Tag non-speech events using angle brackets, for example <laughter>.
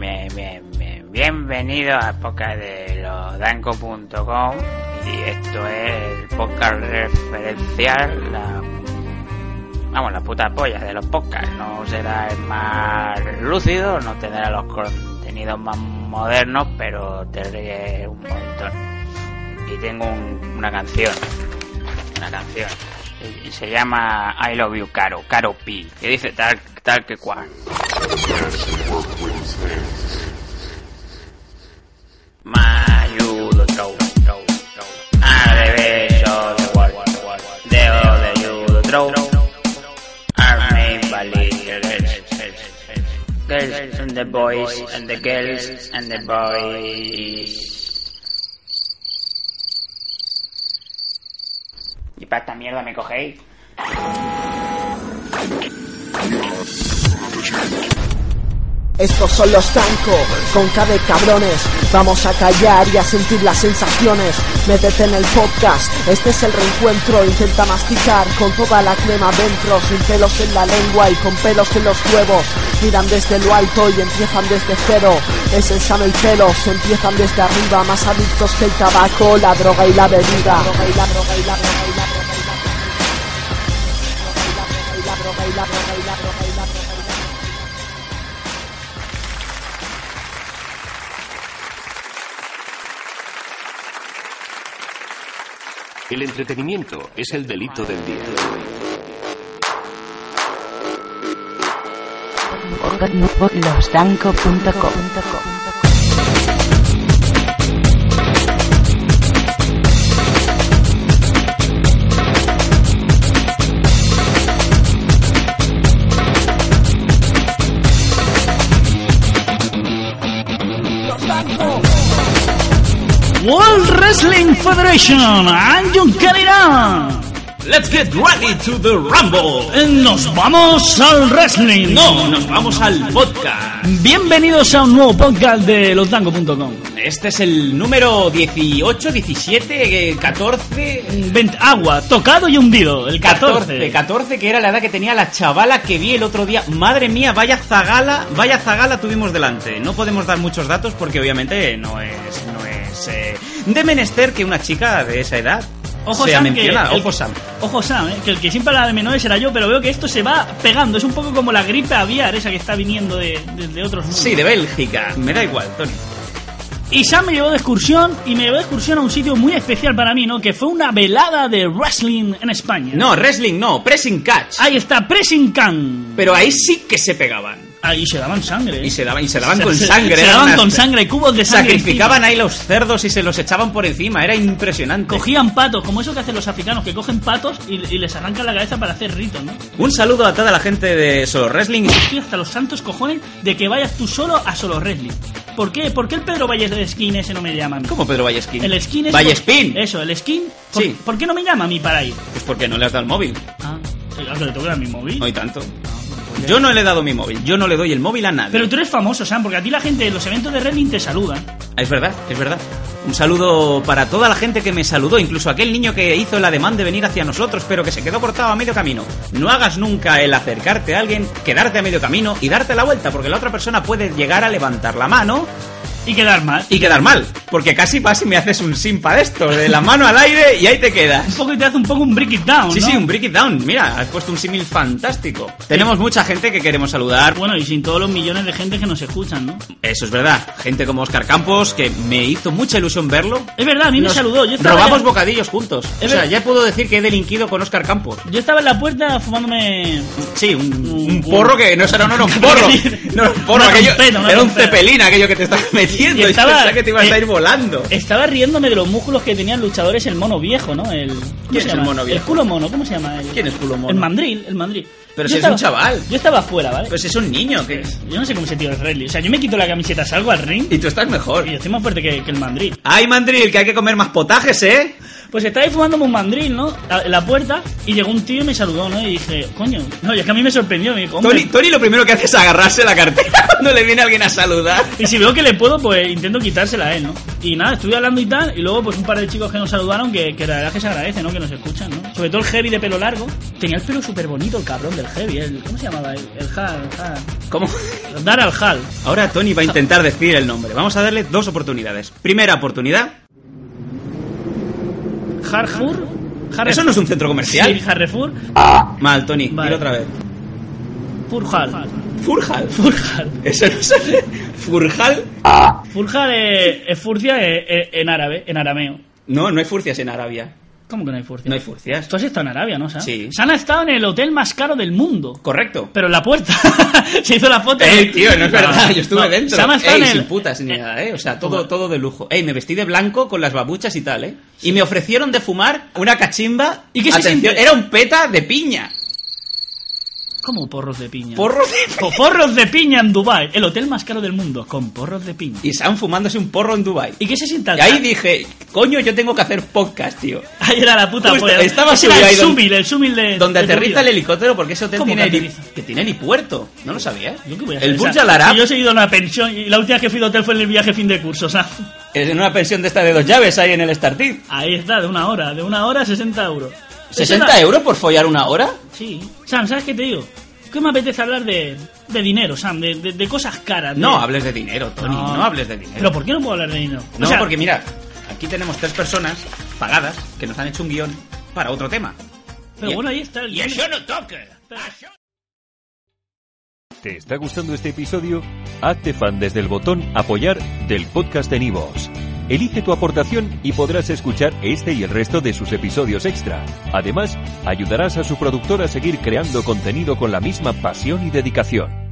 Bien, bien, bien. Bienvenido a podcast de lodanco.com y esto es el podcast referencial, la, vamos, la puta polla de los podcasts. No será el más lúcido, no tendrá los contenidos más modernos, pero te ríes un montón. Y tengo un- una canción, una canción. y- y Se llama I Love You Caro, Caro P. Que dice tal, tal que cual. Mayudo Troll, Troll, Troll. Al revés, yo de Wall, Wall, Debo de Judo Troll. Arme Bali, Girls, Girls and the boys, and the girls and the boys. Y para esta mierda me cogéis. Estos son los tanco, con K de cabrones. Vamos a callar y a sentir las sensaciones. Métete en el podcast, este es el reencuentro. Intenta masticar con toda la crema dentro, sin pelos en la lengua y con pelos en los huevos. Miran desde lo alto y empiezan desde cero. Es el sano y pelos, empiezan desde arriba. Más adictos que el tabaco, la droga y la bebida. El entretenimiento es el delito del día. Lostanco.com World Wrestling Federation, I'm John Carina. Let's get ready to the Rumble. Eh, Nos vamos al wrestling. No, nos vamos al podcast. Bienvenidos a un nuevo podcast de losdango.com. Este es el número 18, 17, eh, 14. Vent- Agua, tocado y hundido, el 14. 14, que era la edad que tenía la chavala que vi el otro día. Madre mía, vaya zagala, vaya zagala tuvimos delante. No podemos dar muchos datos porque obviamente no es, no es eh, de menester que una chica de esa edad Ojo sea Sam, que mencionada. el- Ojo Sam. Ojo Sam, eh, que el que siempre la de menores era yo, pero veo que esto se va pegando. Es un poco como la gripe aviar esa que está viniendo de, de- de otros mundos. Sí, de Bélgica. Me da igual, Tony. Y Sam me llevó de excursión y me llevó de excursión a un sitio muy especial para mí, ¿no? Que fue una velada de wrestling en España. No, wrestling no, pressing catch. Ahí está, Pressing Can. Pero ahí sí que se pegaban. Ahí se daban sangre. Y se daban, y se daban Se- con se- sangre. Se eran daban unas- con sangre, cubos de sangre. <laughs> Sacrificaban encima. ahí los cerdos y se los echaban por encima. Era impresionante. Cogían patos, como eso que hacen los africanos, que cogen patos y, y les arrancan la cabeza para hacer ritos, ¿no? Un saludo a toda la gente de Solo Wrestling. Estoy hasta los santos cojones de que vayas tú solo a solo wrestling. ¿Por qué? ¿Por qué el Pedro Valles de Skin ese no me llaman? ¿Cómo Pedro Vallesquín? El Skin es... Vallespín. Eso, el Skin... ¿por, Sí. ¿Por qué no me llama a mí para ir? Pues porque no le has dado el móvil. Ah, claro que le toca a mi móvil. No hay tanto. Yo no le he dado mi móvil. Yo no le doy el móvil a nadie. Pero tú eres famoso, Sam, porque a ti la gente en los eventos de wrestling te saluda. Ah, Es verdad, es verdad. Un saludo para toda la gente que me saludó, incluso aquel niño que hizo la demanda de venir hacia nosotros, pero que se quedó cortado a medio camino. No hagas nunca el acercarte a alguien, quedarte a medio camino y darte la vuelta, porque la otra persona puede llegar a levantar la mano Y quedar mal. y quedar mal. Porque casi vas y me haces un simpa de esto, de la mano al aire y ahí te Un quedas. poco y te hace un poco un break it down, Sí, ¿no? sí, un break it down. Mira, has puesto un símil fantástico. Tenemos mucha gente que queremos saludar. Bueno, y sin todos los millones de gente que nos escuchan, ¿no? Eso es verdad. Gente como Oscar Campos, que me hizo mucha ilusión verlo. Es verdad, a mí Nos me saludó. Yo estaba, robamos en- bocadillos juntos. Es o sea, ver- ya puedo decir que he delinquido con Oscar Campos. yo estaba en la puerta fumándome... Sí, un, un Un- <laughs> porro que no era no era un porro. No era un porro, Una aquello- trompeta, una era un trompeta. cepelín aquello que te estabas diciendo? Y Yo estaba- pensaba que te ibas a eh, ir volando. Estaba riéndome de los músculos que tenían luchadores el mono viejo, ¿no? El, ¿cómo ¿Quién se es el llama? mono viejo? El culo mono, ¿cómo se llama? El, ¿Quién es culo mono? El mandril, el mandril. Pero Yo si es un chaval. Yo estaba fuera, ¿vale? Pues es un niño, que es? yo no sé cómo se tira el rally. O sea, yo me quito la camiseta, salgo al ring Y tú estás mejor. y yo estoy más fuerte que, que el mandril. ¡Ay, Mandril, que hay que comer más potajes, eh! Pues estaba ahí fumándome un mandril, ¿no? A- En la puerta y llegó un tío y me saludó, ¿no? Y dije, coño. No, y es que a mí me sorprendió. Me dijo, hombre. Tony, Tony lo primero que hace es agarrarse la cartera <laughs> cuando le viene alguien a saludar. Y si veo que le puedo, pues intento quitársela a él, ¿no? Y nada, estuve hablando y tal, y luego pues un par de chicos que nos saludaron, que, que la verdad es que se agradece, ¿no? Que nos escuchan, ¿no? Sobre todo el Heavy de pelo largo. Tenía el pelo súper bonito, el cabrón del Heavy. El, ¿Cómo se llamaba? El, el Hal, el Hal. ¿Cómo? Dar al Hal. Ahora Tony va a intentar decir el nombre. Vamos a darle dos oportunidades. Primera oportunidad. Harfur. Harre- Eso no es un centro comercial. Sí, Harrefour. Mal, Tony. Vale. Dilo otra vez. Furhal. Furjal. Furhal. Eso no <laughs> sale. Furjal. Furhal eh, es furcia eh, eh, en árabe, en arameo. No, no hay furcias en Arabia. ¿Cómo que no hay furcia? No hay furcias. Tú has estado en Arabia, ¿no? Sana? Sí. Sana ha estado en el hotel más caro del mundo. Correcto. Pero en la puerta. <laughs> se hizo la foto. Ey, Eh, tío, no es verdad, No, yo estuve no, dentro. Sama está Ey, en el- sin putas ni eh, nada, eh. O sea, todo, Bueno. todo de lujo. Ey, me vestí de blanco con las babuchas y tal, eh. Y me ofrecieron de fumar una cachimba. ¿Y qué se Atención, siente? Era un peta de piña. ¿Cómo porros de piña? <laughs> Porros de Po- porros de piña en Dubai, el hotel más caro del mundo, con porros de piña. Y Sam fumándose un porro en Dubai. ¿Y qué se sienta? Y ahí dije, coño, yo tengo que hacer podcast, tío. Ahí era la puta Justo, polla. estaba Ese era subido el ahí donde- súmil, el súmil de. Donde de tu aterriza el vida. helicóptero, porque ese hotel ¿Cómo tiene, que heli- aterriza? que tiene helipuerto. ¿No lo sabías? Yo qué voy a el hacer, Burj o sea, Al Arab Yo he seguido una pensión y la última vez que fui de hotel fue en el viaje fin de curso, o sea. <laughs> es en una pensión de esta de dos llaves ahí en el Startit. Ahí está, de una hora, de una hora 60 euros. ¿60 euros por follar una hora? Sí. Sam, ¿sabes qué te digo? ¿Qué me apetece hablar de, de dinero, Sam? De, de- de cosas caras. de- No hables de dinero, Tony. No, hables de dinero. ¿Pero por qué no puedo hablar de dinero? No, O sea, porque mira, aquí tenemos tres personas pagadas que nos han hecho un guión para otro tema. Pero bueno, ahí está el... Y eso no toca. ¿Te está gustando este episodio? Hazte fan desde el botón Apoyar del podcast de Nivos. Elige tu aportación y podrás escuchar este y el resto de sus episodios extra. Además, ayudarás a su productor a seguir creando contenido con la misma pasión y dedicación.